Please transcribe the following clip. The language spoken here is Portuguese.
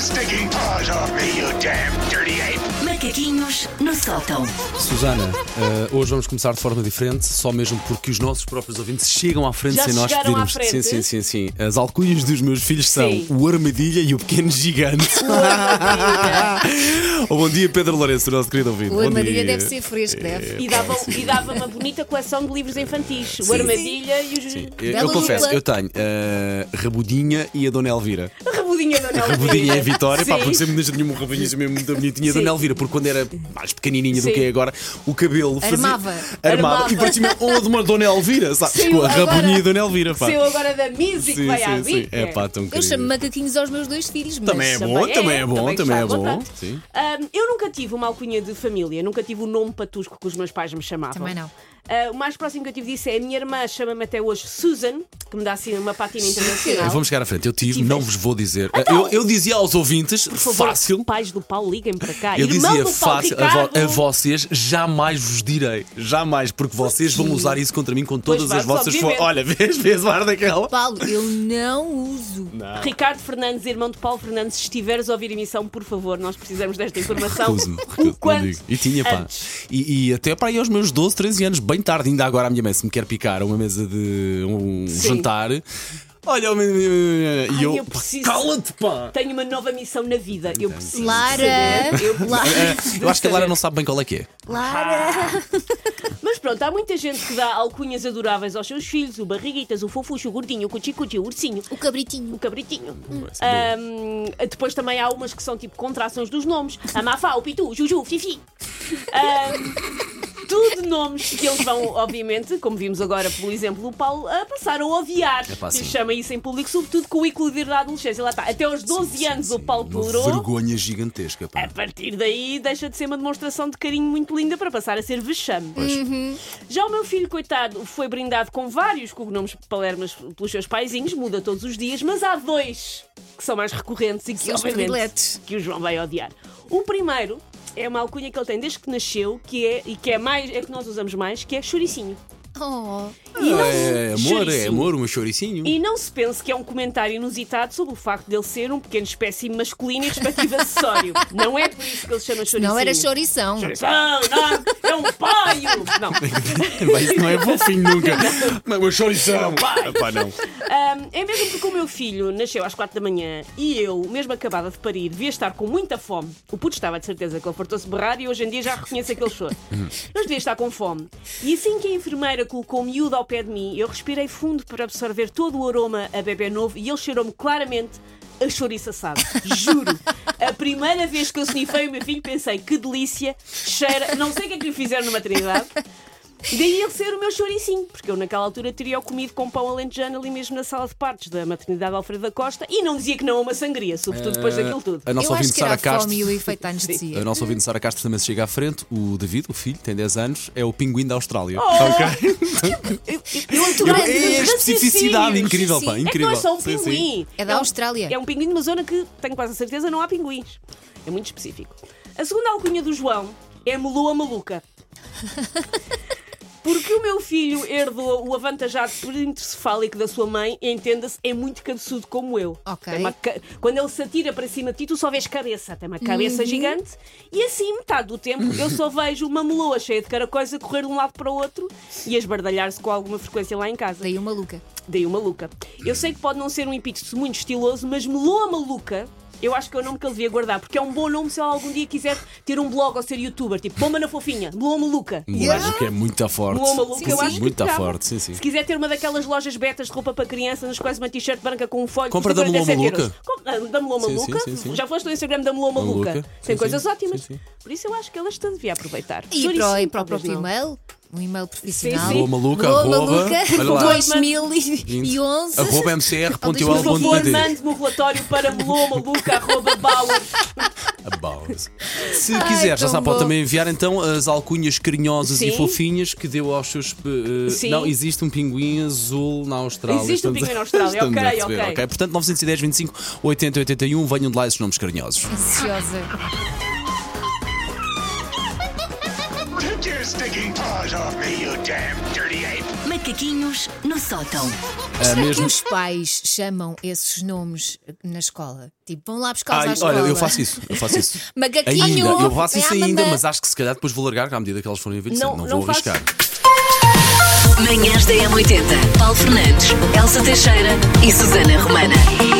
stinking paws off me, you damn dirty ape! Macaquinhos no sótão. Susana, eh, hoje vamos começar de forma diferente, só mesmo porque os nossos próprios ouvintes chegam à frente Já sem nós chegaram à pedirmos. frente? é Sim, sim, sim, sim. As alcunhas dos meus filhos são Sim. o Armadilha e o Pequeno Gigante. Oh, bom dia, Pedro Lourenço, nosso querido ouvinte. O Bom armadilha dia. É. deve ser fresco, deve. E dava, e dava uma bonita coleção de livros infantis. O Armadilha e os. Sim, Sim. eu, eu Bela confesso, dupla. eu tenho eh, Rabudinha e a Dona Elvira. Rabudinha da Nova Rabudinha é Vitória, pá, Sim. porque sempre tinha um rabudinho assim mesmo muito bonitinho. A Sim. Dona Elvira, porque quando era mais pequenininha Sim. do que é agora, o cabelo fazia. Armava. Armava. Armava. E parecia ou de uma Dona Elvira, sabes? Sim, Com a agora- rabudinha da Dona Elvira, pá. Seu agora da Music, Sim, vai à sim, sim. bica. É pá, tão Eu querido. chamo macaquinhos aos meus dois filhos, mas Também é bom, também é bom, também é está à bom. vontade. Sim. Ahm, eu nunca tive uma alcunha de família, nunca tive o nome patusco que os meus pais me chamavam. Também não. Ah, o mais próximo que eu tive disso é a minha irmã chama-me até hoje Susan, que me dá assim uma patina internacional. Vamos chegar à frente. Eu tive, Tiveste? não vos vou dizer. Então. Eu, eu dizia aos ouvintes, Por favor, fácil. Pais do Paulo, liguem para cá. Eu Irmão dizia do Paulo fácil a, vo- Ricardo. a vocês, jamais vos direi. Jamais, porque vocês vão usar isso contra mim com todas Pois as vamos, vossas obviamente. fo- Olha, vês, vês o ar daquela. Paulo, eu não uso. Ricardo Fernandes, irmão de Paulo Fernandes, se estiveres a ouvir a emissão, por favor, nós precisamos desta informação. Recuso-me, recuso-me, Então, o não quanto digo. E tinha, pá. antes. E, e até para aí aos meus 12, 13 anos, bem tarde, ainda agora a minha mãe, se me quer picar a uma mesa de um Sim. jantar, olha, eu- e eu, eu pá, preciso- cala-te, pá! Tenho uma nova missão na vida. Eu preciso. Lara! saber. Eu Lara! Eu É. acho que a Lara não sabe bem qual é que é. Lara! Mas pronto, há muita gente que dá alcunhas adoráveis aos seus filhos: o Barriguitas, o Fofuxo, o Gordinho, o Cuchicuchi, o Ursinho. O O cabritinho. cabritinho. é Ah, Ahm, depois também há umas que são tipo contrações dos nomes: a Mafá, o Pitu, o Juju, o Fifi. Ahm, tudo nomes que eles vão, obviamente, como vimos agora, por exemplo, o Paulo, a passar a odiar. Epá, que É sim. chama isso em público, sobretudo com o eclodir da adolescência. Lá está. Até aos 12 anos o Paulo Uma tolerou. vergonha gigantesca, pá. A partir daí deixa de ser uma demonstração de carinho muito linda para passar a ser vexame. Uhum. Já o meu filho, coitado, foi brindado com vários cognomes palermas pelos seus paizinhos, muda todos os dias, mas há dois que são mais recorrentes e que, São os prediletos. obviamente, que o João vai odiar. O primeiro é uma alcunha que ele tem desde que nasceu, que é, e que é mais, é que nós usamos mais, que é choricinho. Oh, Ah, É amor, é Choricinho. amor, um choricinho. E não se pense que é um comentário inusitado sobre o facto de ele ser um pequeno espécime masculino e respectivo acessório. Não é por isso que ele se chama choricinho. não era chorição. Não, não, é um paio! Não. Mas isso não é fofinho nunca. Mas um chorição. Pá, pá, não. Ahm, é mesmo porque o meu filho nasceu às quatro da manhã e eu, mesmo acabada de parir, devia estar com muita fome. O puto estava de certeza que ele fartou-se berrar e hoje em dia já reconheço aquele choro. Mas devia estar com fome. E assim que a enfermeira colocou o miúdo ao pé de mim, eu respirei fundo para absorver todo o aroma a bebê novo e ele cheirou-me claramente a chouriço assado. Juro. A primeira vez que eu snifei o meu filho, pensei que delícia, cheira. Não sei o que é que lhe fizeram na maternidade. Daí ele ser o meu choricinho, porque eu naquela altura teria o comido com pão alentejano ali mesmo na sala de partes da maternidade Alfredo da Costa e não dizia que não a uma sangria, sobretudo depois Eh, daquilo tudo. Ah, A nossa eu acho ouvinte que era Sara a fome e o Castro. efeito da anestesia. A nossa ouvinte Sara Castro também se chega à frente. O David, o filho, tem 10 anos, é o pinguim da Austrália. Oh, Ok? Eu, eu, eu, É a especificidade raciocínios. incrível, sim, pá. sim. É É que Incrível. não é só um Sim, sim. pinguim. É da um- Austrália. É um pinguim de uma zona que, tenho quase a certeza, não há pinguins. É muito específico. A segunda alcunha do João é Melua Maluca. Porque o meu filho herdou o avantajado perintercefálico da sua mãe, entenda-se, é muito cabeçudo como eu. Ok. Tem uma ca- Quando ele se atira para cima de ti, tu só vês cabeça, tem uma Uhum. cabeça gigante, e assim, metade do tempo, eu só vejo uma meloa cheia de caracóis a correr de um lado para o outro e a esbardalhar-se com alguma frequência lá em casa. Daí o maluca. Dei uma maluca. Eu sei que pode não ser um epíteto muito estiloso, mas Meloa Maluca. Eu acho que é o nome que ele devia guardar, porque é um bom nome se ela algum dia quiser ter um blog ou ser youtuber, tipo Pomba na Fofinha, Meloa Maluca. Eu acho que é muito forte. Meloa Maluca, eu acho que Muito dava. forte, sim, sim. Se quiser ter uma daquelas lojas betas de roupa para criança, nas quais uma t-shirt branca com um folho Compra da custa 47 Meloa Maluca. euros. Com- ah, Da Meloa Sim, Maluca. sim, sim, sim. Já foste no Instagram da Meloa Maluca. Maluca, Tem sim, coisas sim. ótimas. Sim, sim. Por isso eu acho que ela esta devia aproveitar. E para, o- Choricinho, para o talvez próprio não. e-mail, um e-mail profissional. Sim, sim. Boa maluca, Boa arroba, maluca, olha lá. 2011. Arroba Por mcr.ol. favor, Bom dia. mande-me o relatório para melomamaluca.bauer. About. Ah, Se Ai, quiser, já tão sabe, pode bom. também enviar então as alcunhas carinhosas e Sim. fofinhas que deu aos seus. eh, Sim. Não, existe um pinguim azul na Austrália. Existe um Estamos a- pinguim na Austrália, Estamos ok, a receber, ok. Portanto, 910, 25, 80, 81, venham de lá esses nomes carinhosos. Ansiosa. Take your stinking paws off me, you damn dirty ape! Macaquinhos no sótão. Será Ah, mesmo- que os pais chamam esses nomes na escola? Tipo, vão lá buscar Ai, os à escola. olha, eu faço isso, eu faço isso. Macaquinho, ainda, eu faço vem isso à ainda, mamã. mas acho que se calhar depois vou largar à medida que eles forem envelhecendo. Não, Não, vou não faço. arriscar. Manhãs da M80. Paulo Fernandes, Elsa Teixeira e Susana Romana.